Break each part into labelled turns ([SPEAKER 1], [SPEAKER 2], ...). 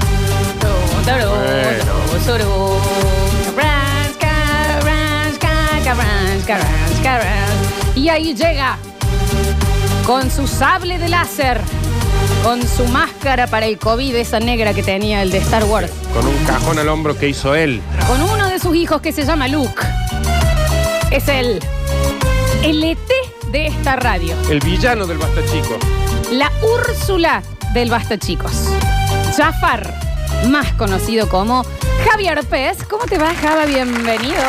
[SPEAKER 1] Toro, toro, toro. Carrasca, carrasca, carrasca, carrasca. Y ahí llega con su sable de láser, con su máscara para el COVID, esa negra que tenía el de Star Wars,
[SPEAKER 2] Con un cajón al hombro que hizo él.
[SPEAKER 1] con uno de sus hijos que se llama Luke. Es el, el ET de esta radio,
[SPEAKER 2] El villano del Basta Chico.
[SPEAKER 1] la Úrsula del Basta Chicos. Jafar, más conocido como Javier Pérez. ¿Cómo te va, Java? Bienvenido.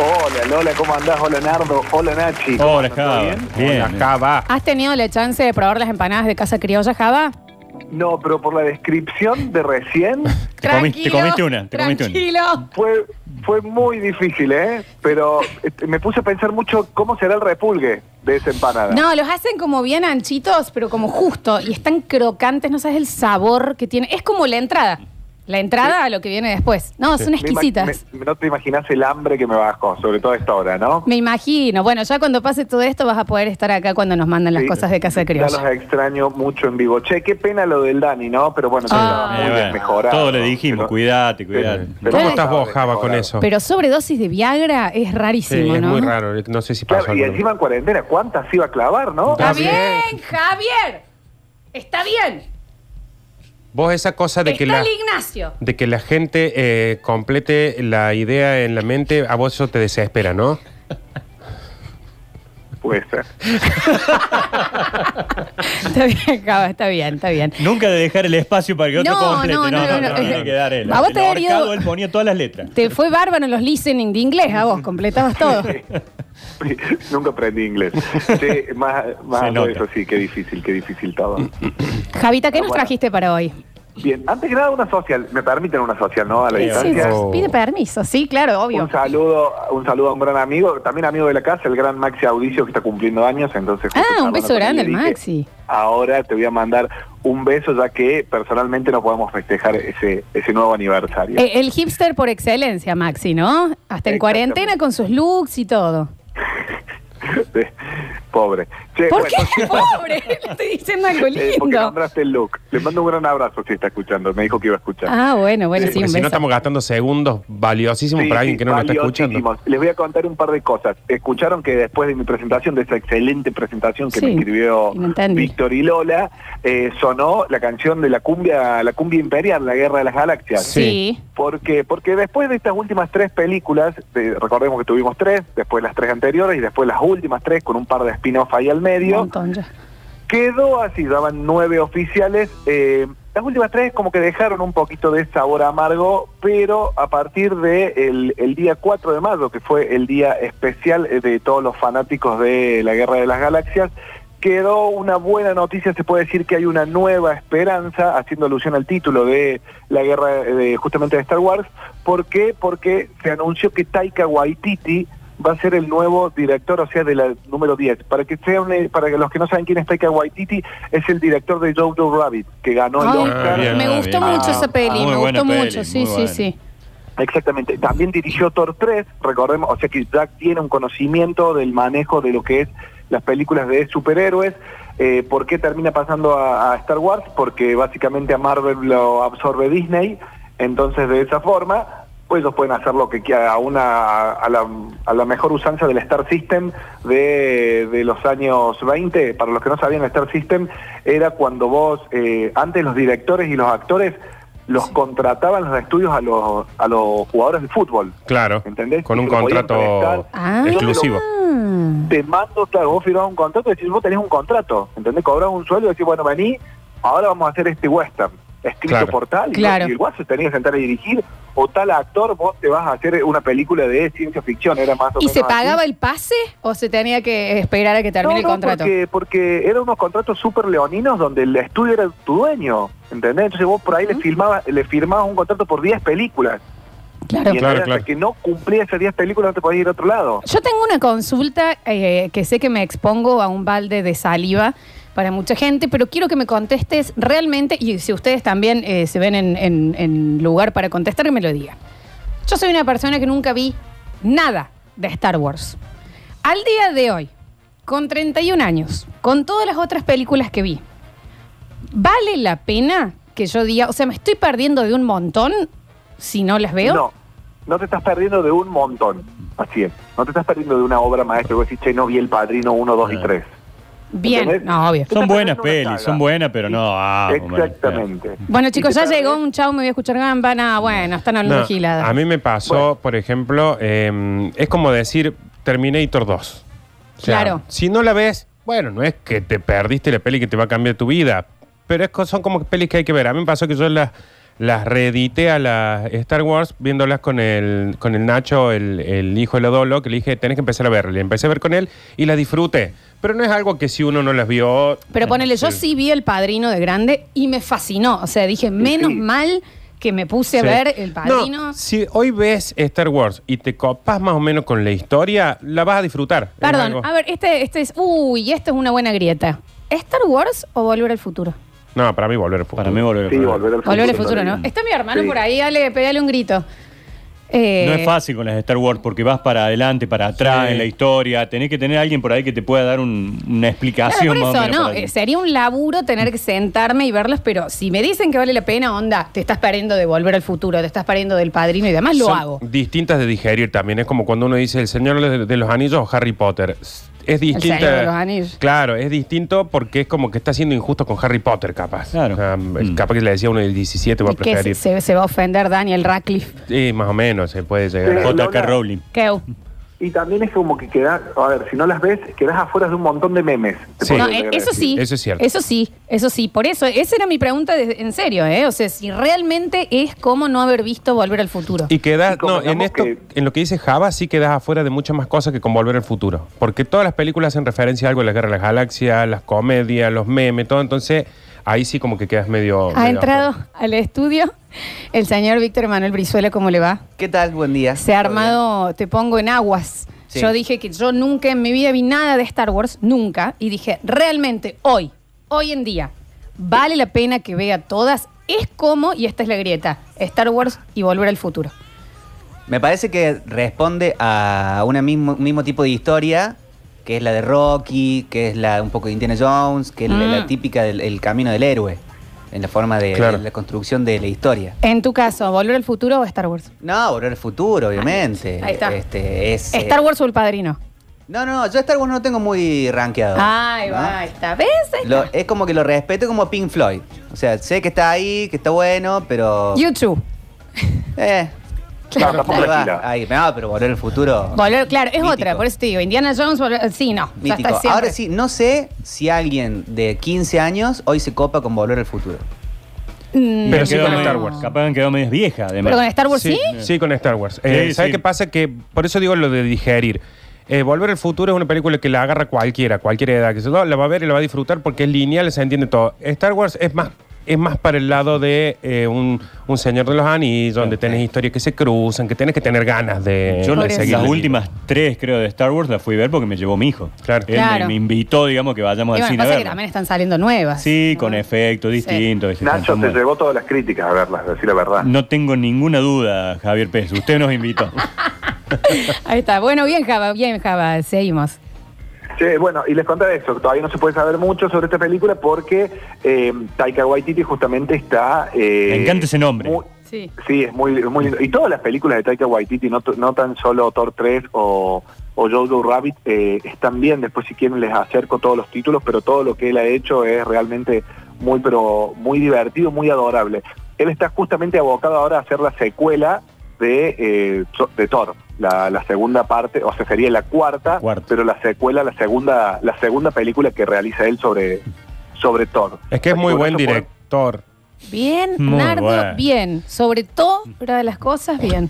[SPEAKER 3] Hola Lola, ¿cómo andás? Hola Nardo, hola Nachi. ¿Cómo
[SPEAKER 4] Hola,
[SPEAKER 3] andan? ¿Todo
[SPEAKER 4] Java.
[SPEAKER 3] Ah, bien?
[SPEAKER 4] Bien.
[SPEAKER 2] Hola, Java.
[SPEAKER 1] ¿Has tenido la chance de probar las empanadas de Casa Criolla, Java?
[SPEAKER 3] No, pero por la descripción de recién
[SPEAKER 4] Te comiste- te comiste una, te comiste una.
[SPEAKER 1] tranquilo.
[SPEAKER 3] fue, fue muy difícil, ¿eh? Pero este, me puse a pensar mucho cómo será el repulgue de esa empanada.
[SPEAKER 1] No, los hacen como bien anchitos, pero como justo. Y están crocantes, no sabes el sabor que tiene. Es como la entrada. La entrada a lo que viene después. No, son
[SPEAKER 3] Me ima-
[SPEAKER 1] exquisitas.
[SPEAKER 3] me- no te imaginas el hambre que me bajó, sobre todo a esta hora, ¿no?
[SPEAKER 1] Me imagino. Bueno, ya cuando pase todo esto vas a poder estar acá cuando nos mandan las
[SPEAKER 3] Sí.
[SPEAKER 1] cosas de Casa
[SPEAKER 3] Ya los
[SPEAKER 1] Criolla.
[SPEAKER 3] extraño mucho en vivo. Che, qué pena lo del Dani, ¿no? Pero bueno,
[SPEAKER 1] Ah.
[SPEAKER 3] muy
[SPEAKER 4] Eh, bueno,
[SPEAKER 3] desmejorado.
[SPEAKER 4] todo le dijimos,
[SPEAKER 3] Pero-
[SPEAKER 4] cuidate, cuidate.
[SPEAKER 3] pero
[SPEAKER 1] ¿Cómo
[SPEAKER 3] no
[SPEAKER 1] estás
[SPEAKER 3] estaba
[SPEAKER 2] vos, Java, con
[SPEAKER 3] desmejorado.
[SPEAKER 2] eso?
[SPEAKER 1] Pero sobredosis de Viagra es
[SPEAKER 2] Sí,
[SPEAKER 1] rarísimo,
[SPEAKER 2] es
[SPEAKER 1] ¿no?
[SPEAKER 2] muy raro. eh, No sé si pasó
[SPEAKER 3] Claro,
[SPEAKER 2] alguna
[SPEAKER 3] y
[SPEAKER 2] vez.
[SPEAKER 3] encima en cuarentena, ¿cuántas iba a clavar, no?
[SPEAKER 1] Está
[SPEAKER 2] Está
[SPEAKER 1] bien,
[SPEAKER 2] bien.
[SPEAKER 1] Javier. Está bien.
[SPEAKER 2] Vos esa cosa de que
[SPEAKER 1] Está
[SPEAKER 2] la...
[SPEAKER 1] el Ignacio.
[SPEAKER 2] De que la gente eh, complete la idea en la mente, a vos eso te desespera, ¿no?
[SPEAKER 3] Puede ser.
[SPEAKER 1] Está bien, Java, está bien, está bien.
[SPEAKER 4] Nunca de dejar el espacio para que otro
[SPEAKER 1] No,
[SPEAKER 4] complete.
[SPEAKER 1] no, no, no, no.
[SPEAKER 4] tiene que dar él.
[SPEAKER 1] A vos
[SPEAKER 4] El
[SPEAKER 1] te habría ido-
[SPEAKER 4] ahorcado, él ponía todas las letras.
[SPEAKER 1] Te fue bárbaro en los listening de inglés, a vos, completabas todo.
[SPEAKER 3] Nunca aprendí inglés. Sí, más más
[SPEAKER 4] Se
[SPEAKER 3] algo de
[SPEAKER 4] nota.
[SPEAKER 3] eso sí, qué difícil, qué difícil todo.
[SPEAKER 1] Javita, ¿qué nos
[SPEAKER 3] Ah, Bueno.
[SPEAKER 1] trajiste para hoy?
[SPEAKER 3] Bien, antes que nada una social, me permiten una social, ¿no? A la
[SPEAKER 4] Sí,
[SPEAKER 1] Sí,
[SPEAKER 3] distancia.
[SPEAKER 2] Oh.
[SPEAKER 1] pide permiso, sí, claro, obvio.
[SPEAKER 3] Un saludo, un saludo a un gran amigo, también amigo de la casa, el gran Maxi Audicio que está cumpliendo años, entonces. justo
[SPEAKER 1] Ah, un
[SPEAKER 3] charlando
[SPEAKER 1] beso
[SPEAKER 3] con él,
[SPEAKER 1] grande
[SPEAKER 3] le
[SPEAKER 1] al
[SPEAKER 3] dije,
[SPEAKER 1] Maxi.
[SPEAKER 3] Ahora te voy a mandar un beso ya que personalmente no podemos festejar ese ese nuevo aniversario.
[SPEAKER 1] Eh, el hipster por excelencia, Maxi, ¿no? Hasta en
[SPEAKER 3] Exactamente.
[SPEAKER 1] cuarentena con sus looks y todo.
[SPEAKER 3] Pobre. Che,
[SPEAKER 1] ¿Por
[SPEAKER 3] bueno,
[SPEAKER 1] qué? Pobre, le estoy diciendo algo
[SPEAKER 3] eh, porque
[SPEAKER 1] lindo.
[SPEAKER 3] nombraste el look. Le mando un gran abrazo si está escuchando, me dijo que iba a escuchar.
[SPEAKER 1] Ah, bueno, bueno, sí,
[SPEAKER 2] Porque
[SPEAKER 1] un
[SPEAKER 2] si no
[SPEAKER 1] beso.
[SPEAKER 2] estamos gastando segundos valiosísimos
[SPEAKER 3] Sí,
[SPEAKER 2] para alguien
[SPEAKER 3] sí,
[SPEAKER 2] que no nos está escuchando.
[SPEAKER 3] valiosísimos. Les voy a contar un par de cosas. Escucharon que después de mi presentación, de esa excelente presentación que
[SPEAKER 1] Sí,
[SPEAKER 3] me escribió
[SPEAKER 1] inentendible.
[SPEAKER 3] Víctor y Lola, eh, sonó la canción de la cumbia, la cumbia imperial, la guerra de las galaxias.
[SPEAKER 1] Sí.
[SPEAKER 3] Porque, porque después de estas últimas tres películas, de- recordemos que tuvimos tres, después las tres anteriores y después las últimas tres con un par de spin-off ahí al
[SPEAKER 1] Un
[SPEAKER 3] medio,
[SPEAKER 1] montón ya.
[SPEAKER 3] quedó así, daban nueve oficiales. eh, las últimas tres como que dejaron un poquito de sabor amargo, pero a partir de el, el día 4 de mayo, que fue el día especial eh, de todos los fanáticos de la Guerra de las Galaxias, quedó una buena noticia, se puede decir que hay una nueva esperanza, haciendo alusión al título de la guerra eh, de, justamente de Star Wars. ¿Por qué? Porque se anunció que Taika Waititi va a ser el nuevo director, o sea, de la número 10. Para que sea un- para que los que no saben quién es Taika Waititi, es el director de Jojo Rabbit, que ganó el
[SPEAKER 1] Ay,
[SPEAKER 3] Oscar.
[SPEAKER 4] bien,
[SPEAKER 1] me
[SPEAKER 4] ah,
[SPEAKER 1] gustó
[SPEAKER 4] bien.
[SPEAKER 1] mucho
[SPEAKER 3] Ah,
[SPEAKER 1] esa peli,
[SPEAKER 4] muy
[SPEAKER 1] me
[SPEAKER 4] buena
[SPEAKER 1] gustó
[SPEAKER 4] peli,
[SPEAKER 1] mucho, sí,
[SPEAKER 4] muy
[SPEAKER 1] sí,
[SPEAKER 4] buena.
[SPEAKER 1] sí.
[SPEAKER 3] Exactamente. También dirigió Thor 3, recordemos, o sea que Jack tiene un conocimiento del manejo de lo que es las películas de superhéroes. Eh, ¿Por qué termina pasando a, a Star Wars? Porque básicamente a Marvel lo absorbe Disney, entonces de esa forma pues ellos pueden hacer lo que quieran, a, una, a, la, a la mejor usanza del Star System de, de los años 20. Para los que no sabían, el Star System era cuando vos, eh, antes los directores y los actores los contrataban los estudios a los, a los jugadores de fútbol.
[SPEAKER 2] Claro,
[SPEAKER 3] ¿Entendés?
[SPEAKER 2] con
[SPEAKER 3] Y
[SPEAKER 2] un
[SPEAKER 3] se lo podían
[SPEAKER 2] contrato
[SPEAKER 3] prestar.
[SPEAKER 1] Ah.
[SPEAKER 2] exclusivo.
[SPEAKER 1] Ah.
[SPEAKER 3] Te mando, claro, vos firmás un contrato, decís, vos tenés un contrato, ¿entendés? Cobrás un sueldo, decís, bueno, vení, ahora vamos a hacer este western. escrito
[SPEAKER 2] Claro.
[SPEAKER 3] por tal, y,
[SPEAKER 1] Claro.
[SPEAKER 3] y el guaso tenía que sentar a dirigir, o tal actor, vos te vas a hacer una película de ciencia ficción, era más o
[SPEAKER 1] ¿Y
[SPEAKER 3] menos
[SPEAKER 1] se
[SPEAKER 3] así.
[SPEAKER 1] pagaba el pase o se tenía que esperar a que termine
[SPEAKER 3] No,
[SPEAKER 1] el
[SPEAKER 3] no,
[SPEAKER 1] contrato?
[SPEAKER 3] Porque, porque eran unos contratos súper leoninos donde el estudio era tu dueño, ¿entendés? Entonces vos por ahí le, filmabas, le firmabas un contrato por 10 películas.
[SPEAKER 1] Claro.
[SPEAKER 3] y entonces
[SPEAKER 2] Claro,
[SPEAKER 3] hasta
[SPEAKER 2] claro.
[SPEAKER 3] que no cumplías esas 10 películas no te podías ir a otro lado.
[SPEAKER 1] Yo tengo una consulta eh, que sé que me expongo a un balde de saliva para mucha gente, pero quiero que me contestes realmente y si ustedes también eh, se ven en, en- en lugar para contestar, que me lo digan. Yo soy una persona que nunca vi nada de Star Wars. Al día de hoy, con 31 años, con todas las otras películas que vi, ¿vale la pena que yo diga, o sea, me estoy perdiendo de un montón si no las veo?
[SPEAKER 3] No, no te estás perdiendo de un montón. Así es. No te estás perdiendo de una obra maestra. Vos decís, che, no vi El Padrino 1, 2 y
[SPEAKER 4] Ah.
[SPEAKER 3] 3.
[SPEAKER 1] Bien,
[SPEAKER 3] ¿Entendés?
[SPEAKER 1] no, obvio.
[SPEAKER 4] Son buenas
[SPEAKER 3] Una
[SPEAKER 4] pelis,
[SPEAKER 3] saga.
[SPEAKER 4] son buenas, pero no. ah, bueno,
[SPEAKER 3] Exactamente.
[SPEAKER 1] Bueno,
[SPEAKER 3] Y
[SPEAKER 1] chicos,
[SPEAKER 3] te
[SPEAKER 1] ya
[SPEAKER 3] perdés-
[SPEAKER 1] llegó un chao, me voy a escuchar gamba. Nah, bueno, están hablando
[SPEAKER 2] No,
[SPEAKER 1] de giladas.
[SPEAKER 2] a mí me pasó, por ejemplo, eh, es como decir Terminator 2. O sea,
[SPEAKER 1] Claro.
[SPEAKER 2] Si no la ves, bueno, no es que te perdiste la peli que te va a cambiar tu vida, pero es, co- son como pelis que hay que ver. A mí me pasó que yo las, las reedité a las Star Wars viéndolas con el, con el Nacho, el, el hijo de Lodolo, que le dije, tenés que empezar a verla. Y empecé a ver con él y la disfruté. Pero no es algo que si uno no las vio... eh,
[SPEAKER 1] Pero ponele, yo
[SPEAKER 2] Sí.
[SPEAKER 1] sí vi El Padrino de grande y me fascinó. O sea, dije, menos mal que me puse a
[SPEAKER 2] Sí.
[SPEAKER 1] ver El Padrino.
[SPEAKER 2] No, si hoy ves Star Wars y te copas más o menos con la historia, la vas a disfrutar. Es
[SPEAKER 1] Perdón,
[SPEAKER 2] algo-
[SPEAKER 1] a ver, este, este es... Uy, esta es una buena grieta. ¿Star Wars o Volver al Futuro?
[SPEAKER 2] No, para mí volver al futuro.
[SPEAKER 4] Para mí volver a
[SPEAKER 3] Sí, volver al futuro.
[SPEAKER 1] Volver al Futuro, ¿no?
[SPEAKER 3] también.
[SPEAKER 1] Está mi hermano
[SPEAKER 3] Sí.
[SPEAKER 1] por ahí, dale, pegale un grito. Eh,
[SPEAKER 4] No es fácil con las Star Wars porque vas para adelante, para atrás
[SPEAKER 2] Sí.
[SPEAKER 4] en la historia. Tenés que tener a alguien por ahí que te pueda dar un- una
[SPEAKER 1] Claro,
[SPEAKER 4] explicación
[SPEAKER 1] por
[SPEAKER 4] más o
[SPEAKER 1] eso,
[SPEAKER 4] menos
[SPEAKER 1] no,
[SPEAKER 4] para-
[SPEAKER 1] eh, sería un laburo tener que sentarme y verlas, pero si me dicen que vale la pena, onda, te estás perdiendo de volver al futuro, te estás perdiendo del padrino y demás, lo
[SPEAKER 2] Son
[SPEAKER 1] hago.
[SPEAKER 2] Distintas de digerir también. Es como cuando uno dice El Señor de, de los Anillos o Harry Potter. Es- Es distinta.
[SPEAKER 1] Señor de los Anillos.
[SPEAKER 2] Claro, es distinto porque es como que está siendo injusto con Harry Potter, capaz.
[SPEAKER 4] Claro.
[SPEAKER 2] O sea,
[SPEAKER 4] Mm.
[SPEAKER 2] Capaz que le decía uno del 17 va a
[SPEAKER 1] ¿Y qué se,
[SPEAKER 2] preferir.
[SPEAKER 1] se- se va a ofender Daniel Radcliffe?
[SPEAKER 2] Sí, más o menos se puede llegar a.
[SPEAKER 3] Sí.
[SPEAKER 4] JK Rowling.
[SPEAKER 1] ¿Qué?
[SPEAKER 3] Y también es como que quedás, a ver, si no las ves, quedás afuera de un montón de memes. Te
[SPEAKER 2] Sí.
[SPEAKER 3] puedo
[SPEAKER 1] No,
[SPEAKER 3] llegar
[SPEAKER 1] eh,
[SPEAKER 3] a
[SPEAKER 1] eso sí.
[SPEAKER 3] decir.
[SPEAKER 2] Eso es cierto.
[SPEAKER 1] Eso sí, eso sí. Por eso, esa era mi pregunta de- en serio, ¿eh? O sea, si realmente es como no haber visto Volver al Futuro.
[SPEAKER 2] Y quedas,
[SPEAKER 3] Y
[SPEAKER 2] no, en
[SPEAKER 3] convengamos
[SPEAKER 2] esto,
[SPEAKER 3] que-
[SPEAKER 2] en lo que dice Java, sí quedas afuera de muchas más cosas que con Volver al Futuro. Porque todas las películas hacen referencia a algo, las guerras de las galaxias, las comedias, los memes, todo. Entonces, ahí sí como que quedas medio.
[SPEAKER 1] ha
[SPEAKER 2] medio
[SPEAKER 1] entrado
[SPEAKER 2] afuera.
[SPEAKER 1] al estudio el señor Víctor Manuel Brizuela, ¿cómo le va?
[SPEAKER 5] ¿Qué tal? Buen día.
[SPEAKER 1] Se ha armado, te pongo en aguas.
[SPEAKER 5] Sí.
[SPEAKER 1] Yo dije que yo nunca en mi vida vi nada de Star Wars, nunca. Y dije, realmente hoy, hoy en día, vale la pena que vea todas. Es como, y esta es la grieta, Star Wars y Volver al Futuro.
[SPEAKER 5] Me parece que responde a un mismo, un mismo tipo de historia, que es la de Rocky, que es la un poco de Indiana Jones, que es la,
[SPEAKER 1] Mm.
[SPEAKER 5] la típica del el camino del héroe, en la forma de,
[SPEAKER 2] Claro.
[SPEAKER 5] de la construcción de la historia.
[SPEAKER 1] En tu caso, ¿Volver al Futuro o Star Wars?
[SPEAKER 5] No, volver al futuro, obviamente.
[SPEAKER 1] Ahí está.
[SPEAKER 5] Este, es, eh,
[SPEAKER 1] Star Wars o El Padrino.
[SPEAKER 5] No, no, no, yo Star Wars no lo tengo muy rankeado.
[SPEAKER 1] Ahí
[SPEAKER 5] ¿no?
[SPEAKER 1] va, ahí está. ¿Ves? Ahí
[SPEAKER 5] Lo-
[SPEAKER 1] está.
[SPEAKER 5] es como que lo respeto como Pink Floyd. O sea, sé que está ahí, que está bueno, pero...
[SPEAKER 1] YouTube.
[SPEAKER 5] Eh,
[SPEAKER 3] Claro, tampoco
[SPEAKER 5] ahí
[SPEAKER 3] la
[SPEAKER 5] va,
[SPEAKER 3] tira.
[SPEAKER 5] ahí, no, pero volver al futuro...
[SPEAKER 1] Volver, claro, es
[SPEAKER 5] Mítico.
[SPEAKER 1] otra, por eso te digo, Indiana Jones, Volver- sí, no. ya
[SPEAKER 5] Mítico.
[SPEAKER 1] está siempre.
[SPEAKER 5] Ahora sí, no sé si alguien de 15 años hoy se copa con Volver al Futuro.
[SPEAKER 1] Mm,
[SPEAKER 2] Pero
[SPEAKER 4] Me
[SPEAKER 2] sí
[SPEAKER 4] quedo
[SPEAKER 2] con
[SPEAKER 4] medio-
[SPEAKER 2] Star Wars.
[SPEAKER 4] Capaz me quedó medio vieja, además.
[SPEAKER 1] Pero con Star Wars sí.
[SPEAKER 2] Sí, con Star Wars. Eh,
[SPEAKER 4] Sí,
[SPEAKER 2] ¿Sabes
[SPEAKER 4] sí.
[SPEAKER 2] qué pasa? Que por eso digo lo de digerir. Eh, Volver al futuro es una película que la agarra cualquiera, cualquier edad que se no, la va a ver y la va a disfrutar porque es lineal, se entiende todo. Star Wars es más es más para el lado de eh, un, un Señor de los Anillos, donde tenés historias que se cruzan, que tenés que tener ganas de,
[SPEAKER 4] Eh,
[SPEAKER 2] de
[SPEAKER 4] Yo
[SPEAKER 1] Por
[SPEAKER 4] las,
[SPEAKER 1] eso.
[SPEAKER 2] seguir
[SPEAKER 4] las
[SPEAKER 2] la línea.
[SPEAKER 4] últimas tres, creo, de Star Wars las fui a ver porque me llevó mi hijo.
[SPEAKER 2] Claro.
[SPEAKER 4] Él me-
[SPEAKER 1] Claro.
[SPEAKER 4] Me, invitó, digamos, que vayamos
[SPEAKER 1] Y
[SPEAKER 4] al
[SPEAKER 1] bueno,
[SPEAKER 4] cine a
[SPEAKER 1] pasa que
[SPEAKER 4] verla.
[SPEAKER 1] también están saliendo nuevas.
[SPEAKER 4] Sí,
[SPEAKER 1] ¿no?
[SPEAKER 4] con efectos distintos. ¿viste?
[SPEAKER 3] Nacho
[SPEAKER 4] Están
[SPEAKER 3] te
[SPEAKER 4] muy-
[SPEAKER 3] llevó todas las críticas a verlas, a decir la verdad.
[SPEAKER 4] No tengo ninguna duda, Javier Pérez. Usted nos invitó.
[SPEAKER 1] Ahí está. Bueno, bien, Java, bien, Java. Seguimos.
[SPEAKER 3] Che, bueno, y les contaba eso, todavía no se puede saber mucho sobre esta película porque eh, Taika Waititi justamente está... eh,
[SPEAKER 4] Me encanta ese nombre.
[SPEAKER 3] muy-
[SPEAKER 1] Sí.
[SPEAKER 3] sí, es muy, es muy lindo. Y todas las películas de Taika Waititi, no, t- no tan solo Thor 3 o, o Jojo Rabbit, eh, están bien. Después si quieren les acerco todos los títulos, pero todo lo que él ha hecho es realmente muy, pero muy divertido, muy adorable. Él está justamente abocado ahora a hacer la secuela de, eh, Zo- de Thor. La, la segunda parte, o sea, sería la cuarta,
[SPEAKER 4] Cuarta.
[SPEAKER 3] pero la secuela, la segunda, la segunda película que realiza él sobre, sobre Thor.
[SPEAKER 2] Es que es
[SPEAKER 3] Así
[SPEAKER 2] muy buen
[SPEAKER 3] bueno, eso por-
[SPEAKER 2] director.
[SPEAKER 1] Bien,
[SPEAKER 4] Muy
[SPEAKER 1] Nardo,
[SPEAKER 4] bueno.
[SPEAKER 1] bien. Sobre todo, pero de las cosas, bien.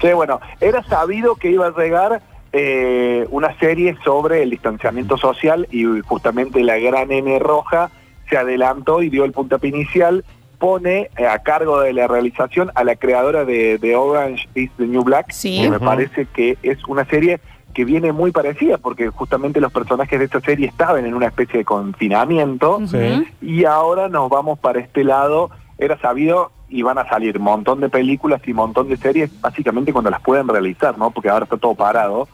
[SPEAKER 3] Sí, bueno, era sabido que iba a llegar eh, una serie sobre el distanciamiento social y justamente la gran N roja se adelantó y dio el puntapié inicial, pone eh, a cargo de la realización a la creadora de, de Orange is the New Black,
[SPEAKER 1] Sí.
[SPEAKER 3] que me
[SPEAKER 2] Ujú.
[SPEAKER 3] parece que es una serie que viene muy parecida, porque justamente los personajes de esta serie estaban en una especie de confinamiento,
[SPEAKER 1] Ujú.
[SPEAKER 3] y ahora nos vamos para este lado. Era sabido y van a salir montón de películas y montón de series, básicamente cuando las pueden realizar, ¿no? Porque ahora está todo parado.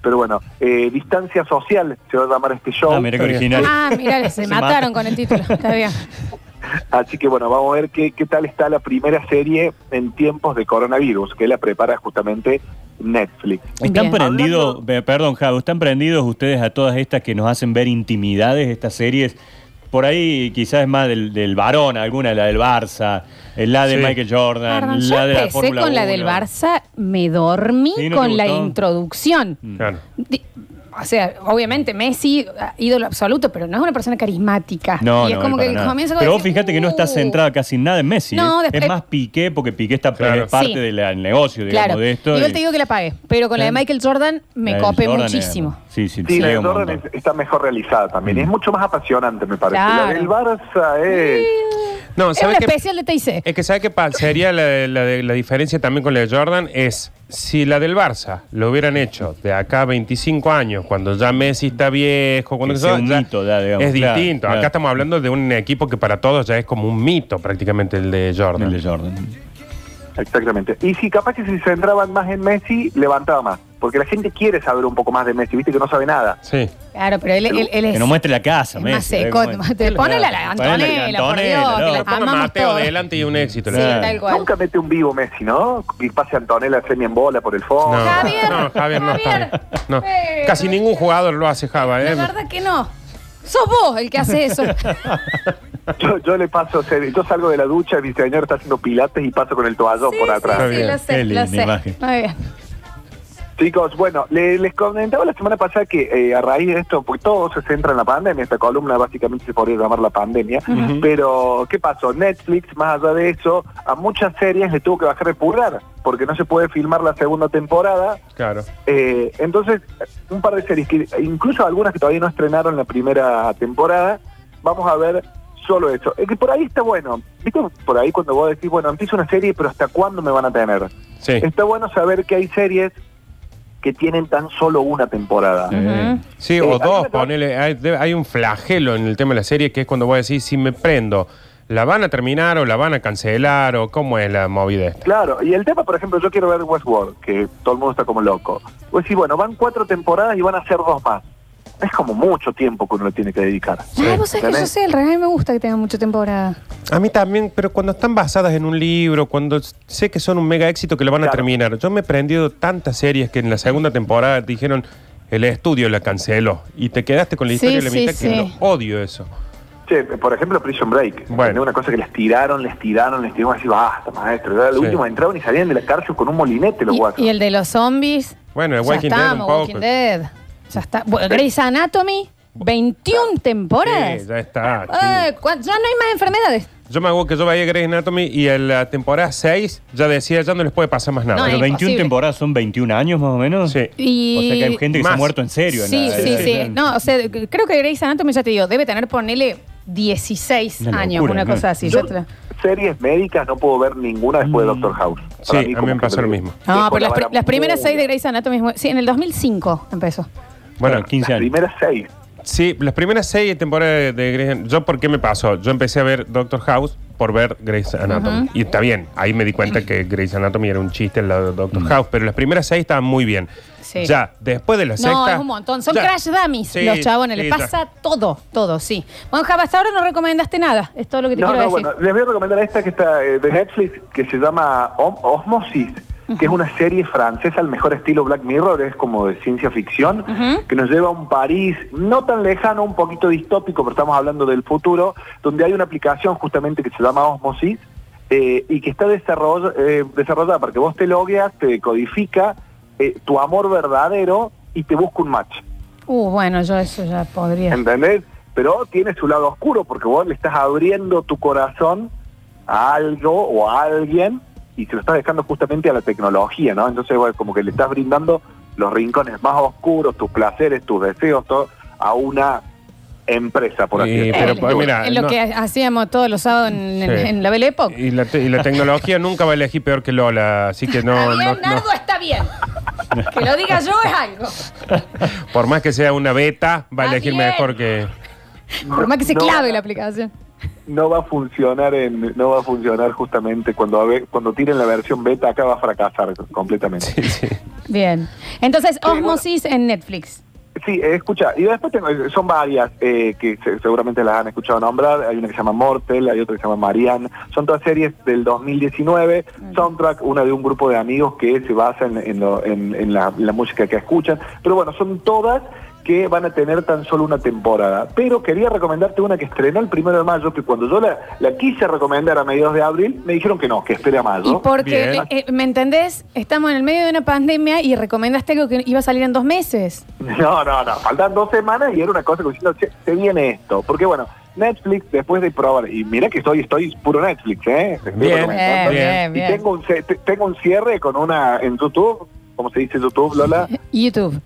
[SPEAKER 3] Pero bueno, eh, Distancia Social se va a llamar este show.
[SPEAKER 4] Ah, mira qué
[SPEAKER 2] está bien.
[SPEAKER 4] original.
[SPEAKER 1] Ah, mirá, se
[SPEAKER 4] Se
[SPEAKER 1] mataron con el título. Está bien.
[SPEAKER 3] Así que bueno, vamos a ver qué, qué tal está la primera serie en tiempos de coronavirus, que la prepara justamente Netflix.
[SPEAKER 4] ¿Están
[SPEAKER 1] Bien.
[SPEAKER 4] prendidos, eh, perdón, Javo, están prendidos ustedes a todas estas que nos hacen ver intimidades, estas series? Por ahí quizás es más del, del varón, alguna, la del Barça, eh, la de
[SPEAKER 2] Sí.
[SPEAKER 4] Michael Jordan,
[SPEAKER 1] Perdón, yo
[SPEAKER 4] la de la
[SPEAKER 1] empecé
[SPEAKER 4] Fórmula
[SPEAKER 1] con la del
[SPEAKER 4] 1.
[SPEAKER 1] Barça, me dormí
[SPEAKER 4] Sí, ¿no te
[SPEAKER 1] con la
[SPEAKER 4] gustó?
[SPEAKER 1] introducción.
[SPEAKER 4] Mm.
[SPEAKER 2] Claro.
[SPEAKER 1] Di- O sea, obviamente Messi, ah, ídolo absoluto, pero no es una persona carismática.
[SPEAKER 4] No,
[SPEAKER 1] y es
[SPEAKER 4] no,
[SPEAKER 1] como
[SPEAKER 4] para
[SPEAKER 1] que
[SPEAKER 4] nada.
[SPEAKER 1] comienza con
[SPEAKER 4] Pero vos
[SPEAKER 1] decir,
[SPEAKER 4] fíjate que no está
[SPEAKER 1] "Uh".
[SPEAKER 4] centrada casi en nada en Messi.
[SPEAKER 1] No,
[SPEAKER 4] ¿eh?
[SPEAKER 1] después-
[SPEAKER 4] Es más Piqué, porque Piqué está
[SPEAKER 2] Claro.
[SPEAKER 4] es parte
[SPEAKER 1] Sí.
[SPEAKER 4] del del negocio, digamos,
[SPEAKER 1] Claro.
[SPEAKER 4] de esto.
[SPEAKER 1] Igual
[SPEAKER 4] y-
[SPEAKER 1] te digo que la pagué, pero con la de
[SPEAKER 4] Claro.
[SPEAKER 1] Michael Jordan me
[SPEAKER 4] la del
[SPEAKER 1] copé
[SPEAKER 4] Jordan,
[SPEAKER 1] muchísimo.
[SPEAKER 4] eh, sí, sí,
[SPEAKER 3] Sí, la de
[SPEAKER 4] un
[SPEAKER 3] Jordan
[SPEAKER 4] montón. Mm.
[SPEAKER 3] es- está mejor realizada también. Es mucho más apasionante, me parece.
[SPEAKER 1] Claro.
[SPEAKER 3] La del Barça es...
[SPEAKER 2] No,
[SPEAKER 1] es un
[SPEAKER 2] ¿sabes qué?
[SPEAKER 1] especial de TIC.
[SPEAKER 3] Eh,
[SPEAKER 2] Es que sabe qué sería la, de- la de- la diferencia también con la de Jordan es si la del Barça lo hubieran hecho de acá a 25 años, cuando ya Messi está viejo, cuando
[SPEAKER 4] Que
[SPEAKER 2] eso,
[SPEAKER 4] sea un mito ya, digamos,
[SPEAKER 2] es
[SPEAKER 4] claro,
[SPEAKER 2] distinto.
[SPEAKER 4] claro.
[SPEAKER 2] Acá estamos hablando de un equipo que para todos ya es como un mito prácticamente el de Jordan.
[SPEAKER 4] El de Jordan.
[SPEAKER 3] Exactamente. Y si capaz que si se centraban más en Messi, levantaba más. Porque la gente quiere saber un poco más de Messi, viste que no sabe nada.
[SPEAKER 2] Sí.
[SPEAKER 1] Claro, pero él, él- él es.
[SPEAKER 4] Que nos muestre la casa,
[SPEAKER 1] es
[SPEAKER 4] Messi.
[SPEAKER 1] más seco,
[SPEAKER 4] ¿eh? ¿Cómo es?
[SPEAKER 1] te- ponele a la
[SPEAKER 4] Ponele a
[SPEAKER 1] Antonella, por Dios, que la
[SPEAKER 2] Le pongo a
[SPEAKER 1] amamos
[SPEAKER 2] Mateo
[SPEAKER 1] todos.
[SPEAKER 2] adelante y un éxito.
[SPEAKER 1] Sí,
[SPEAKER 2] le digo.
[SPEAKER 1] tal cual.
[SPEAKER 3] Nunca mete un vivo Messi, ¿no? Y pase Antonella semi en bola por el fondo.
[SPEAKER 2] No,
[SPEAKER 1] Javier,
[SPEAKER 2] no, Javier no está
[SPEAKER 1] Javier.
[SPEAKER 2] bien. No.
[SPEAKER 1] Eh,
[SPEAKER 2] Casi
[SPEAKER 1] no.
[SPEAKER 2] ningún jugador lo hace Java,
[SPEAKER 1] La
[SPEAKER 2] ¿eh?
[SPEAKER 1] verdad que no. Sos vos el que hace eso.
[SPEAKER 3] Yo, yo le paso, serie. yo salgo de la ducha, mi señor está haciendo pilates y paso con el toallón por atrás.
[SPEAKER 1] Sí, sí,
[SPEAKER 2] Muy bien.
[SPEAKER 1] lo
[SPEAKER 4] Qué
[SPEAKER 1] sé, lo
[SPEAKER 4] linda
[SPEAKER 1] sé.
[SPEAKER 4] imagen.
[SPEAKER 1] Muy bien.
[SPEAKER 3] Chicos, bueno, le- les comentaba la semana pasada que eh, a raíz de esto, porque todo se centra en la pandemia, esta columna básicamente se podría llamar la pandemia, pero ¿qué pasó? Netflix, más allá de eso, a muchas series le tuvo que bajar el pulgar, porque no se puede filmar la segunda temporada,
[SPEAKER 2] Claro.
[SPEAKER 3] Eh, entonces, un par de series que incluso algunas que todavía no estrenaron la primera temporada, vamos a ver solo eso. Es que por ahí está bueno. ¿Viste? Por ahí cuando vos decís, bueno, empiezo una serie, pero ¿hasta cuándo me van a tener?
[SPEAKER 2] Sí.
[SPEAKER 3] Está bueno saber que hay series que tienen tan solo una temporada.
[SPEAKER 1] Ujú.
[SPEAKER 2] Sí,
[SPEAKER 3] Eh,
[SPEAKER 2] o
[SPEAKER 3] a mí
[SPEAKER 2] dos,
[SPEAKER 3] me tra-
[SPEAKER 2] ponele. Hay, de- hay un flagelo en el tema de la serie que es cuando vos decís, si me prendo, ¿la van a terminar o la van a cancelar o cómo es la movida esta?
[SPEAKER 3] Claro, y el tema, por ejemplo, yo quiero ver Westworld, que todo el mundo está como loco. Vos decís, bueno, van cuatro temporadas y van a hacer dos más. Es como mucho tiempo que uno le tiene que dedicar.
[SPEAKER 1] Ay, Ah, vos sabés que yo
[SPEAKER 3] ¿Entendés?
[SPEAKER 1] sé, el regalo me gusta que tenga mucha temporada.
[SPEAKER 2] A mí también, pero cuando están basadas en un libro, cuando s- sé que son un mega éxito que lo van a
[SPEAKER 3] Claro.
[SPEAKER 2] terminar. Yo me he prendido tantas series que en la segunda temporada dijeron, el estudio la canceló y te quedaste con la
[SPEAKER 1] Sí,
[SPEAKER 2] historia de la
[SPEAKER 1] sí,
[SPEAKER 2] mitad que
[SPEAKER 1] sí.
[SPEAKER 2] lo odio eso.
[SPEAKER 3] Che, por ejemplo, Prison Break.
[SPEAKER 2] Bueno.
[SPEAKER 3] Bueno. Una cosa que les tiraron, les tiraron, les tiraron así, basta, maestro. Ya Al
[SPEAKER 2] Sí.
[SPEAKER 3] último entraban y salían de la cárcel con un molinete los
[SPEAKER 1] Y,
[SPEAKER 3] guachos.
[SPEAKER 1] y el de los zombies.
[SPEAKER 2] Bueno, el
[SPEAKER 1] ya
[SPEAKER 2] Walking Dead un
[SPEAKER 1] estamos,
[SPEAKER 2] poco.
[SPEAKER 1] Walking Dead. Ya está. Bueno, Grey's Anatomy, 21 temporadas.
[SPEAKER 2] Sí, ya está.
[SPEAKER 1] Ay, cua- ya no hay más enfermedades.
[SPEAKER 2] Yo me hago que yo veía Grey's Anatomy y en la temporada 6 ya decía, ya no les puede pasar más nada.
[SPEAKER 1] No, eh.
[SPEAKER 4] Pero
[SPEAKER 1] es
[SPEAKER 4] 21
[SPEAKER 1] imposible.
[SPEAKER 4] temporadas son 21 años más o menos.
[SPEAKER 2] Sí.
[SPEAKER 1] Y-
[SPEAKER 4] O sea que hay gente que se
[SPEAKER 2] Más.
[SPEAKER 4] ha muerto en serio. en
[SPEAKER 1] Sí,
[SPEAKER 4] la-
[SPEAKER 1] sí,
[SPEAKER 4] en la-
[SPEAKER 1] sí. No, o sea, c- creo que Grey's Anatomy, ya te digo, debe tener, ponele, 16
[SPEAKER 4] Una
[SPEAKER 1] años,
[SPEAKER 4] locura,
[SPEAKER 1] una
[SPEAKER 4] ¿no?
[SPEAKER 1] cosa así.
[SPEAKER 3] Yo
[SPEAKER 1] Ya te lo-
[SPEAKER 3] series médicas no puedo ver ninguna después de Doctor House.
[SPEAKER 2] Sí, a mí
[SPEAKER 3] como
[SPEAKER 2] me
[SPEAKER 3] que
[SPEAKER 2] pasó lo
[SPEAKER 3] le-
[SPEAKER 2] mismo.
[SPEAKER 1] Mm. No,
[SPEAKER 3] le
[SPEAKER 1] pero las,
[SPEAKER 3] ponen
[SPEAKER 1] pri-
[SPEAKER 3] la
[SPEAKER 1] las primeras
[SPEAKER 3] mula.
[SPEAKER 1] seis de Grey's Anatomy, es muy- sí, en el 2005 empezó.
[SPEAKER 2] Bueno,
[SPEAKER 4] Bueno, 15
[SPEAKER 3] Las
[SPEAKER 4] años.
[SPEAKER 3] primeras seis.
[SPEAKER 2] sí, las primeras seis temporadas de Grey's Anatomy. ¿Yo por qué me pasó? Yo empecé a ver Doctor House por ver Grey's Anatomy. Y está bien, ahí me di cuenta que Grey's Anatomy era un chiste en la de Doctor House, pero las primeras seis estaban muy bien.
[SPEAKER 1] Sí.
[SPEAKER 2] Ya, después de la sexta...
[SPEAKER 1] No, es un montón. Son
[SPEAKER 2] ya.
[SPEAKER 1] crash dummies
[SPEAKER 2] Sí,
[SPEAKER 1] los chabones.
[SPEAKER 2] sí,
[SPEAKER 1] Le
[SPEAKER 2] ya.
[SPEAKER 1] pasa todo, todo, sí. Bueno, Java, hasta ahora no recomendaste nada. Es todo lo que te
[SPEAKER 3] No,
[SPEAKER 1] quiero
[SPEAKER 3] no,
[SPEAKER 1] decir.
[SPEAKER 3] bueno, les voy a recomendar esta que está eh, de Netflix, que se llama Om- Osmosis, que es una serie francesa al mejor estilo Black Mirror, es como de ciencia ficción, que nos lleva a un París no tan lejano, un poquito distópico, pero estamos hablando del futuro, donde hay una aplicación justamente que se llama Osmosis, eh, y que está desarroll- eh, desarrollada para que vos te logueas, te codifica eh, tu amor verdadero y te busca un match.
[SPEAKER 1] Uh, bueno, yo eso ya podría.
[SPEAKER 3] ¿Entendés? pero tiene su lado oscuro porque vos le estás abriendo tu corazón a algo o a alguien y se lo estás dejando justamente a la tecnología, ¿no? Entonces, bueno, como que le estás brindando los rincones más oscuros, tus placeres, tus deseos, todo, a una empresa, por así
[SPEAKER 2] Sí,
[SPEAKER 3] decirlo.
[SPEAKER 2] pero,
[SPEAKER 1] Es
[SPEAKER 2] pues,
[SPEAKER 1] lo-
[SPEAKER 2] mira,
[SPEAKER 1] es lo
[SPEAKER 2] no.
[SPEAKER 1] que hacíamos todos los sábados en, en-
[SPEAKER 2] Sí.
[SPEAKER 1] en la Belle Époque.
[SPEAKER 2] Y la, te- y la tecnología nunca va a elegir peor que Lola, así que no,
[SPEAKER 1] está
[SPEAKER 2] no,
[SPEAKER 1] bien,
[SPEAKER 2] no.
[SPEAKER 1] algo está bien. Que lo diga yo es algo.
[SPEAKER 2] Por más que sea una beta, va a
[SPEAKER 1] Está
[SPEAKER 2] elegir
[SPEAKER 1] bien.
[SPEAKER 2] mejor que.
[SPEAKER 1] Por más que se
[SPEAKER 3] No,
[SPEAKER 1] clave la aplicación.
[SPEAKER 3] no va a funcionar en no va a funcionar justamente cuando a ve- cuando tiren la versión beta acá va a fracasar completamente. Sí,
[SPEAKER 1] Bien. Entonces, Osmosis en Netflix.
[SPEAKER 3] eh, escucha, y después tengo- eh, son varias eh, que se- seguramente las han escuchado nombrar, hay una que se llama Mortel, hay otra que se llama Marianne, son todas series del 2019, soundtrack, una de un grupo de amigos que se basa en, en lo- en- en la, en la música que escuchan, pero bueno, son todas que van a tener tan solo una temporada. Pero quería recomendarte una que estrenó el primero de mayo, que cuando yo la, la quise recomendar a mediados de abril, me dijeron que no, que espere a mayo.
[SPEAKER 1] Y porque,
[SPEAKER 2] Bien.
[SPEAKER 1] eh, eh, ¿me entendés? Estamos en el medio de una pandemia y recomendaste algo que iba a salir en dos meses.
[SPEAKER 3] No, no, no. Faltan dos semanas y era una cosa que diciendo, "Che, se viene esto. Porque bueno, Netflix, después de probar, y mira que estoy, estoy puro Netflix, ¿eh? Estoy
[SPEAKER 2] Bien.
[SPEAKER 3] recomendando.
[SPEAKER 2] Bien,
[SPEAKER 3] Y tengo un, ce- te- tengo un cierre con una en YouTube, como se dice YouTube, Lola.
[SPEAKER 1] YouTube.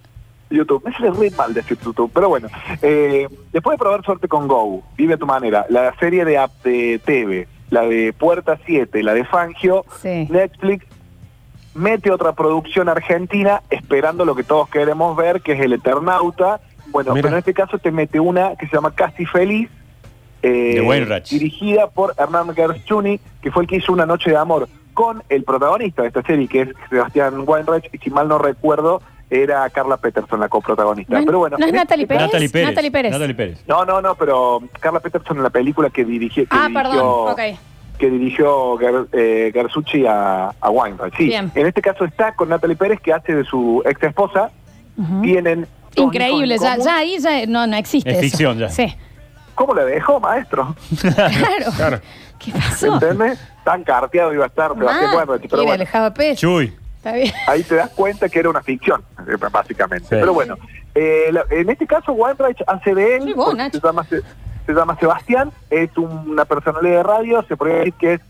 [SPEAKER 3] YouTube. Me sale re mal decir YouTube, pero bueno. Eh, después de probar suerte con Go, Vive a tu manera, la serie de, app de TV, la de Puerta 7, la de Fangio,
[SPEAKER 1] Sí.
[SPEAKER 3] Netflix mete otra producción argentina esperando lo que todos queremos ver, que es El Eternauta. Bueno,
[SPEAKER 2] Mira.
[SPEAKER 3] pero en este caso te mete una que se llama Casi Feliz, eh,
[SPEAKER 4] De Weinreich.
[SPEAKER 3] dirigida por Hernán Garchuni, que fue el que hizo Una Noche de Amor con el protagonista de esta serie, que es Sebastián Weinreich, y si mal no recuerdo, era Carla Peterson la coprotagonista.
[SPEAKER 1] No es-
[SPEAKER 3] pero bueno,
[SPEAKER 1] no es
[SPEAKER 3] en este
[SPEAKER 1] Natalie
[SPEAKER 3] caso-
[SPEAKER 1] Pérez.
[SPEAKER 4] Natalie Pérez.
[SPEAKER 1] Natalie Pérez.
[SPEAKER 4] Natalie Pérez.
[SPEAKER 3] No, no, no, pero Carla Peterson en la película que, dirige, que
[SPEAKER 1] Ah,
[SPEAKER 3] dirigió
[SPEAKER 1] perdón. Ok.
[SPEAKER 3] que dirigió Gar- eh, Garzucci a, a Weinreich. Sí,
[SPEAKER 1] Bien.
[SPEAKER 3] en este caso está con Natalie Pérez, que hace de su ex esposa.
[SPEAKER 1] Ujú.
[SPEAKER 3] Tienen. dos
[SPEAKER 1] Increíble.
[SPEAKER 3] hijos en
[SPEAKER 1] Ya,
[SPEAKER 3] común.
[SPEAKER 1] ya ahí ya no, no existe.
[SPEAKER 4] Es
[SPEAKER 1] eso.
[SPEAKER 4] ficción ya.
[SPEAKER 1] Sí.
[SPEAKER 3] ¿Cómo la dejó, maestro?
[SPEAKER 1] Claro.
[SPEAKER 2] Claro.
[SPEAKER 1] ¿Qué pasó?
[SPEAKER 3] ¿Entendés? Tan carteado iba a estar Sebastián
[SPEAKER 1] Ah,
[SPEAKER 3] Weinreich, Pero
[SPEAKER 1] mira,
[SPEAKER 3] bueno,
[SPEAKER 1] el JP.
[SPEAKER 4] Chuy.
[SPEAKER 1] Está bien.
[SPEAKER 3] ahí te das cuenta que era una ficción, eh, básicamente.
[SPEAKER 2] Sí.
[SPEAKER 3] Pero bueno, eh, la- en este caso Weinreich hace de él,
[SPEAKER 1] Sí, vos,
[SPEAKER 3] porque
[SPEAKER 1] Nacho.
[SPEAKER 3] se, llama, Se- se llama Sebastián, es un- una personalidad de radio, se puede decir que es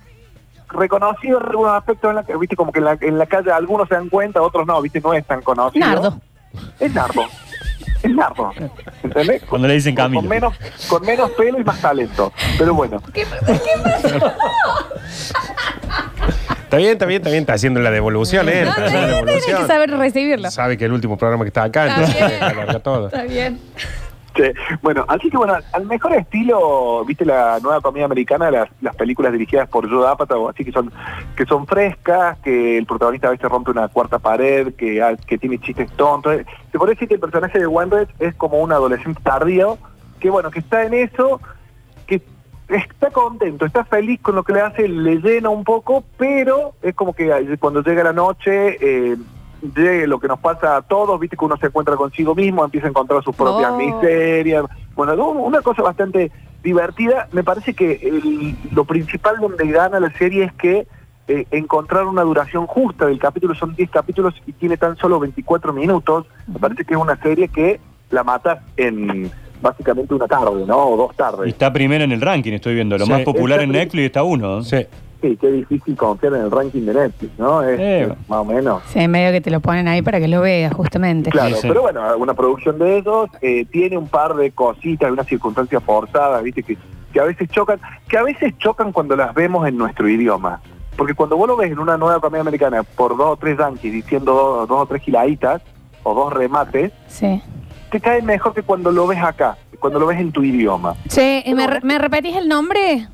[SPEAKER 3] reconocido en algunos aspectos, en la, viste, como que en la, en la calle algunos se dan cuenta, otros no, viste, no es tan conocido.
[SPEAKER 1] Nardo.
[SPEAKER 3] Es Nardo. Es Nardo. ¿Entendés?
[SPEAKER 4] Cuando le dicen
[SPEAKER 3] Con-
[SPEAKER 4] Camilo.
[SPEAKER 3] Con menos, con menos pelo y más talento. Pero bueno.
[SPEAKER 2] Está bien, está bien, está bien, está haciendo la devolución, ¿eh? Está haciendo la
[SPEAKER 1] Tienes que
[SPEAKER 2] devolución.
[SPEAKER 1] saber recibirlo.
[SPEAKER 2] Sabe que el último programa que está acá,
[SPEAKER 1] Está
[SPEAKER 2] entonces
[SPEAKER 1] bien.
[SPEAKER 2] se alarga todo.
[SPEAKER 1] Está bien.
[SPEAKER 3] Che, bueno, así que bueno, al mejor estilo, viste la nueva comida americana, las, las películas dirigidas por Joe Apatow, así que son que son frescas, que el protagonista a veces rompe una cuarta pared, que, ah, que tiene chistes tontos. Se puede decir que el personaje de Wendell es como un adolescente tardío, que bueno, que está en eso, que está contento, está feliz con lo que le hace, le llena un poco, pero es como que cuando llega la noche... eh, llegue lo que nos pasa a todos, viste que uno se encuentra consigo mismo, empieza a encontrar sus propias
[SPEAKER 1] Oh.
[SPEAKER 3] miserias. Bueno, no, una cosa bastante divertida. Me parece que el- lo principal donde gana la serie es que eh, encontrar una duración justa del capítulo, son 10 capítulos y tiene tan solo 24 minutos. Me parece que es una serie que la matas en básicamente una tarde, ¿no? O dos
[SPEAKER 4] Y
[SPEAKER 3] tardes.
[SPEAKER 4] está primero en el ranking, estoy viendo. Lo
[SPEAKER 2] Sí.
[SPEAKER 4] más popular en
[SPEAKER 3] Está-
[SPEAKER 4] Netflix está uno.
[SPEAKER 2] Sí.
[SPEAKER 3] Sí, qué difícil confiar en el ranking de Netflix, ¿no? Es,
[SPEAKER 4] Eh.
[SPEAKER 3] es más o menos.
[SPEAKER 1] Sí, medio que te lo ponen ahí para que lo veas, justamente.
[SPEAKER 3] Claro,
[SPEAKER 4] Sí, sí.
[SPEAKER 3] pero bueno, una producción de esos eh, tiene un par de cositas, unas circunstancias forzadas, ¿viste? Que, que a veces chocan, que a veces chocan cuando las vemos en nuestro idioma. Porque cuando vos lo ves en una nueva comedia americana por dos o tres yanquis diciendo dos, dos o tres giladitas o dos remates,
[SPEAKER 1] Sí.
[SPEAKER 3] te cae mejor que cuando lo ves acá, cuando lo ves en tu idioma.
[SPEAKER 1] Che, ¿me, re- me repetís el nombre?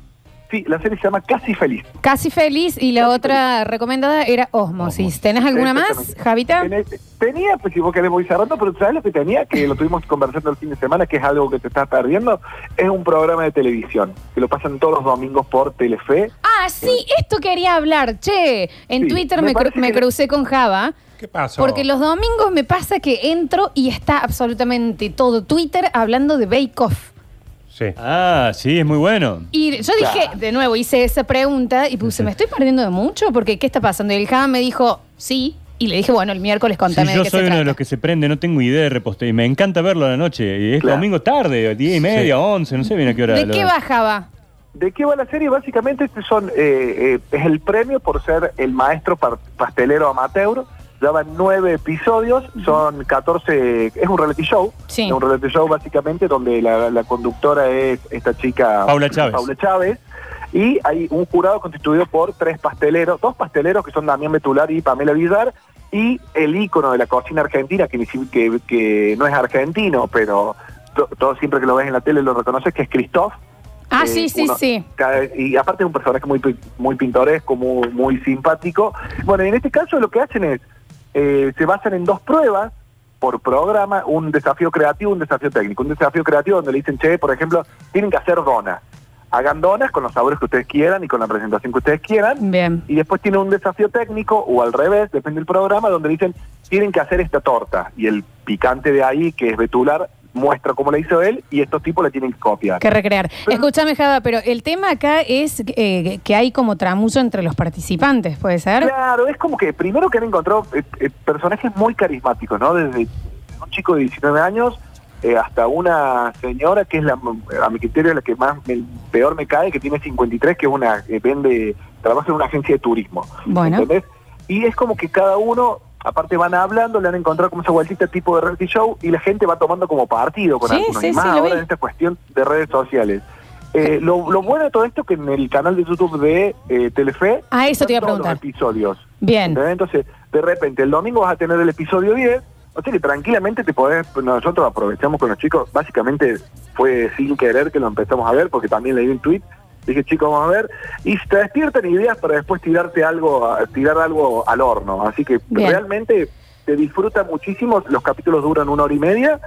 [SPEAKER 3] Sí, la serie se llama Casi Feliz.
[SPEAKER 1] Casi feliz y la otra recomendada era Osmosis. ¿Tenés alguna más,
[SPEAKER 3] Exactamente.
[SPEAKER 1] Javita?
[SPEAKER 3] En este- Tenía, pues si vos querés voy cerrando, pero ¿sabes lo que tenía? Que lo tuvimos conversando el fin de semana, que es algo que te estás perdiendo. Es un programa de televisión, que lo pasan todos los domingos por Telefe.
[SPEAKER 1] Ah, sí, esto quería hablar. Che, en
[SPEAKER 3] Sí,
[SPEAKER 1] Twitter
[SPEAKER 3] me
[SPEAKER 1] me, cru-
[SPEAKER 3] parece
[SPEAKER 1] me
[SPEAKER 3] que-
[SPEAKER 1] crucé con Java.
[SPEAKER 2] ¿Qué pasó?
[SPEAKER 1] Porque los domingos me pasa que entro y está absolutamente todo Twitter hablando de Bake Off.
[SPEAKER 2] Sí.
[SPEAKER 4] Ah, sí, es muy bueno.
[SPEAKER 1] Y yo dije, de nuevo, hice esa pregunta y puse, ¿me estoy perdiendo de mucho? Porque, ¿qué está pasando? Y el Java me dijo, sí, Y le dije, bueno, el miércoles contame
[SPEAKER 4] Si yo
[SPEAKER 1] de qué se
[SPEAKER 4] soy uno
[SPEAKER 1] trata.
[SPEAKER 4] de los que se prende, no tengo idea de repostería. Me encanta verlo a la noche. Y es
[SPEAKER 3] Claro.
[SPEAKER 4] domingo tarde, 10 y media, 11, no sé bien a qué hora.
[SPEAKER 1] ¿De
[SPEAKER 4] lo-
[SPEAKER 1] qué bajaba?
[SPEAKER 3] ¿De qué va la serie? Básicamente este son, eh, eh, es el premio por ser el maestro par- pastelero amateur. Ya van nueve episodios, son 14, es un reality show.
[SPEAKER 1] Sí.
[SPEAKER 3] Es un reality show básicamente donde la, la conductora es esta chica...
[SPEAKER 4] Paula Chávez.
[SPEAKER 3] Paula Chávez. Y hay un jurado constituido por tres pasteleros, dos pasteleros que son Damián Betular y Pamela Villar, y el ícono de la cocina argentina, que, ni si- que, que no es argentino, pero to- todo siempre que lo ves en la tele lo reconoces, que es Christoph.
[SPEAKER 1] Ah,
[SPEAKER 3] Eh,
[SPEAKER 1] sí, sí,
[SPEAKER 3] uno-
[SPEAKER 1] sí.
[SPEAKER 3] cada- y aparte es un personaje muy, pi- muy pintoresco, muy, muy simpático. Bueno, y en este caso lo que hacen es, eh, se basan en dos pruebas por programa, un desafío creativo, un desafío técnico. Un desafío creativo donde le dicen, che, por ejemplo, tienen que hacer donas. Hagan donas con los sabores que ustedes quieran y con la presentación que ustedes quieran
[SPEAKER 1] Bien.
[SPEAKER 3] y después tiene un desafío técnico o al revés, depende del programa, donde dicen tienen que hacer esta torta y el picante de ahí, que es betular, muestra cómo la hizo él y estos tipos la tienen que copiar.
[SPEAKER 1] Que recrear. Escúchame, Java, pero el tema acá es eh, que hay como tramuso entre los participantes, ¿puede ser?
[SPEAKER 3] Claro, es como que primero que han encontrado eh, eh, personajes muy carismáticos, ¿no? Desde un chico de 19 años eh, hasta una señora que es la, a mi criterio la que más me- peor me cae, que tiene 53, que es una eh, vende, trabaja en una agencia de turismo.
[SPEAKER 1] Bueno.
[SPEAKER 3] ¿entendés? Y es como que cada uno, aparte van hablando, le han encontrado como esa vueltita tipo de reality show y la gente va tomando como partido con
[SPEAKER 1] Sí,
[SPEAKER 3] algunos.
[SPEAKER 1] sí,
[SPEAKER 3] y más
[SPEAKER 1] sí, lo
[SPEAKER 3] ahora
[SPEAKER 1] vi.
[SPEAKER 3] en esta cuestión de redes sociales. Eh, lo, lo bueno de todo esto que en el canal de YouTube de eh, Telefe
[SPEAKER 1] Ah, eso te iba a
[SPEAKER 3] todos los
[SPEAKER 1] preguntar.
[SPEAKER 3] episodios.
[SPEAKER 1] Bien.
[SPEAKER 3] ¿Entendés? Entonces, de repente, el domingo vas a tener el episodio 10, o sea que tranquilamente te podés, nosotros aprovechamos con los chicos, básicamente fue sin querer que lo empezamos a ver, porque también leí un tweet, dije chicos, vamos a ver, y te despiertan ideas para después tirarte algo, a- tirar algo al horno, así que
[SPEAKER 1] Bien.
[SPEAKER 3] realmente te disfruta muchísimo, los capítulos duran una hora y media,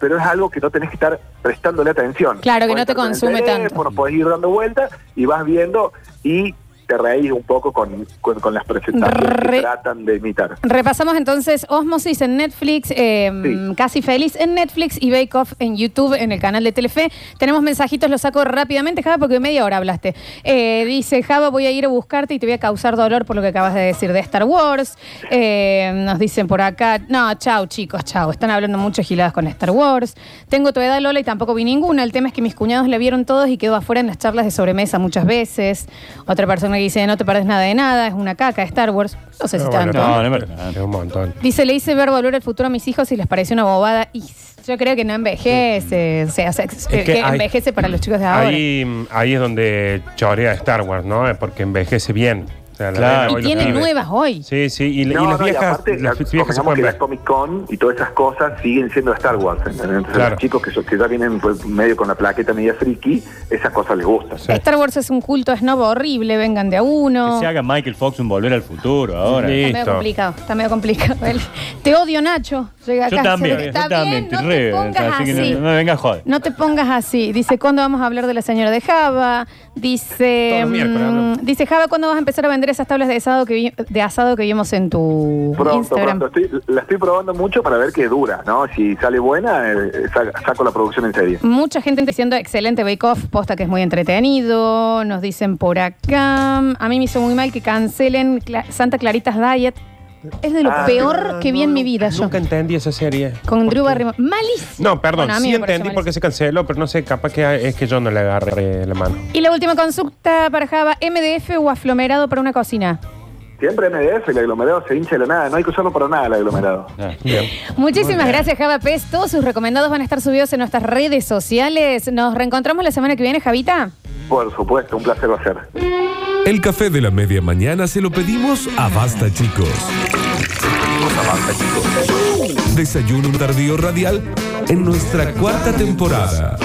[SPEAKER 3] pero es algo que no tenés que estar prestándole atención.
[SPEAKER 1] Claro, que no te
[SPEAKER 3] estar con el
[SPEAKER 1] consume tanto.
[SPEAKER 3] teléfono, podés ir dando vueltas y vas viendo y te reís un poco con, con, con las presentaciones
[SPEAKER 1] Re-
[SPEAKER 3] que tratan de imitar.
[SPEAKER 1] Repasamos entonces Osmosis en Netflix, eh,
[SPEAKER 3] Sí.
[SPEAKER 1] Casi Feliz en Netflix y Bake Off en YouTube, en el canal de Telefe. Tenemos mensajitos, los saco rápidamente, Java, porque media hora hablaste. Eh, dice, Java, voy a ir a buscarte y te voy a causar dolor por lo que acabas de decir de Star Wars. Eh, nos dicen por acá, no, chao chicos, chao. Están hablando mucho giladas con Star Wars. Tengo tu edad, Lola, y tampoco vi ninguna. El tema es que mis cuñados la vieron todos y quedó afuera en las charlas de sobremesa muchas veces. Otra persona que dice, no te perdés nada de nada, es una caca, Star Wars. No sé si
[SPEAKER 2] No, Ah, bueno,
[SPEAKER 1] tanto.
[SPEAKER 4] No, no me-
[SPEAKER 2] Es un montón.
[SPEAKER 1] Dice, le hice ver volver al futuro a mis hijos y les pareció una bobada. Y yo creo que no envejece, o sea, se- que,
[SPEAKER 2] hay-
[SPEAKER 1] envejece para los chicos de ahora.
[SPEAKER 2] Ahí, ahí es donde chorea Star Wars, ¿no? Porque envejece bien. O sea, la
[SPEAKER 4] Claro.
[SPEAKER 2] nena hoy
[SPEAKER 1] y
[SPEAKER 2] los
[SPEAKER 1] tiene
[SPEAKER 2] pibes.
[SPEAKER 1] nuevas hoy.
[SPEAKER 2] Sí, sí, y, y
[SPEAKER 3] No,
[SPEAKER 2] las
[SPEAKER 3] no,
[SPEAKER 2] viejas,
[SPEAKER 3] aparte,
[SPEAKER 2] las viejas se
[SPEAKER 3] convengamos
[SPEAKER 2] pueden
[SPEAKER 3] que las
[SPEAKER 2] ver.
[SPEAKER 3] Comic Con y todas esas cosas siguen siendo Star Wars. ¿entendés? Entonces,
[SPEAKER 2] Claro.
[SPEAKER 3] los chicos que, so- que ya vienen pues, medio con la plaqueta media friki, esas cosas les gustan.
[SPEAKER 2] Sí.
[SPEAKER 1] Star Wars es un culto snob horrible, vengan de a
[SPEAKER 4] Que
[SPEAKER 1] uno.
[SPEAKER 4] se haga Michael Fox un volver al futuro ahora.
[SPEAKER 2] Sí.
[SPEAKER 1] Está medio
[SPEAKER 2] Listo.
[SPEAKER 1] complicado, está medio complicado. él. Te odio, Nacho. Llega
[SPEAKER 4] Yo
[SPEAKER 1] acá,
[SPEAKER 4] también,
[SPEAKER 1] se-
[SPEAKER 4] yo
[SPEAKER 1] está
[SPEAKER 4] también,
[SPEAKER 1] bien,
[SPEAKER 4] te
[SPEAKER 1] no te
[SPEAKER 4] re-
[SPEAKER 1] pongas
[SPEAKER 4] así que no-
[SPEAKER 1] así.
[SPEAKER 4] no me vengas a joder.
[SPEAKER 1] No te pongas así. Dice, ¿cuándo vamos a hablar de la señora de Java? Dice,
[SPEAKER 2] Todos los miércoles hablamos.
[SPEAKER 1] mm, dice Java, ¿cuándo vas a empezar a vender esas tablas de asado que, vi- de asado que vimos en tu
[SPEAKER 3] Pronto,
[SPEAKER 1] Instagram?
[SPEAKER 3] pronto. Estoy- la estoy probando mucho para ver qué dura, ¿no? Si sale buena, eh, sa- saco la producción en serie.
[SPEAKER 1] Mucha gente diciendo excelente Bake Off, posta que es muy entretenido. Nos dicen por acá. A mí me hizo muy mal que cancelen Cla- Santa Claritas Diet. Es de lo
[SPEAKER 3] Ah,
[SPEAKER 1] peor que vi en mi vida yo.
[SPEAKER 2] Nunca entendí esa serie.
[SPEAKER 1] Con
[SPEAKER 2] ¿Por
[SPEAKER 1] Drew
[SPEAKER 2] qué?
[SPEAKER 1] Barrymore. Malísimo.
[SPEAKER 2] No, perdón,
[SPEAKER 1] Bueno, a mí
[SPEAKER 2] sí
[SPEAKER 1] me pareció
[SPEAKER 2] entendí por qué se canceló, pero no sé, capaz que es que yo no le agarré la mano.
[SPEAKER 1] malísimo. Y la última consulta para Java, MDF o aflomerado para una cocina.
[SPEAKER 3] Siempre MDF, el aglomerado se hincha de la nada, no hay que usarlo para nada el aglomerado.
[SPEAKER 1] Muchísimas gracias, Java Pez. Todos sus recomendados van a estar subidos en nuestras redes sociales. Nos reencontramos la semana que viene, Javita.
[SPEAKER 3] Por supuesto, un placer va a ser.
[SPEAKER 6] El café de la media mañana se lo pedimos a Basta Chicos. Desayuno tardío radial en nuestra cuarta temporada.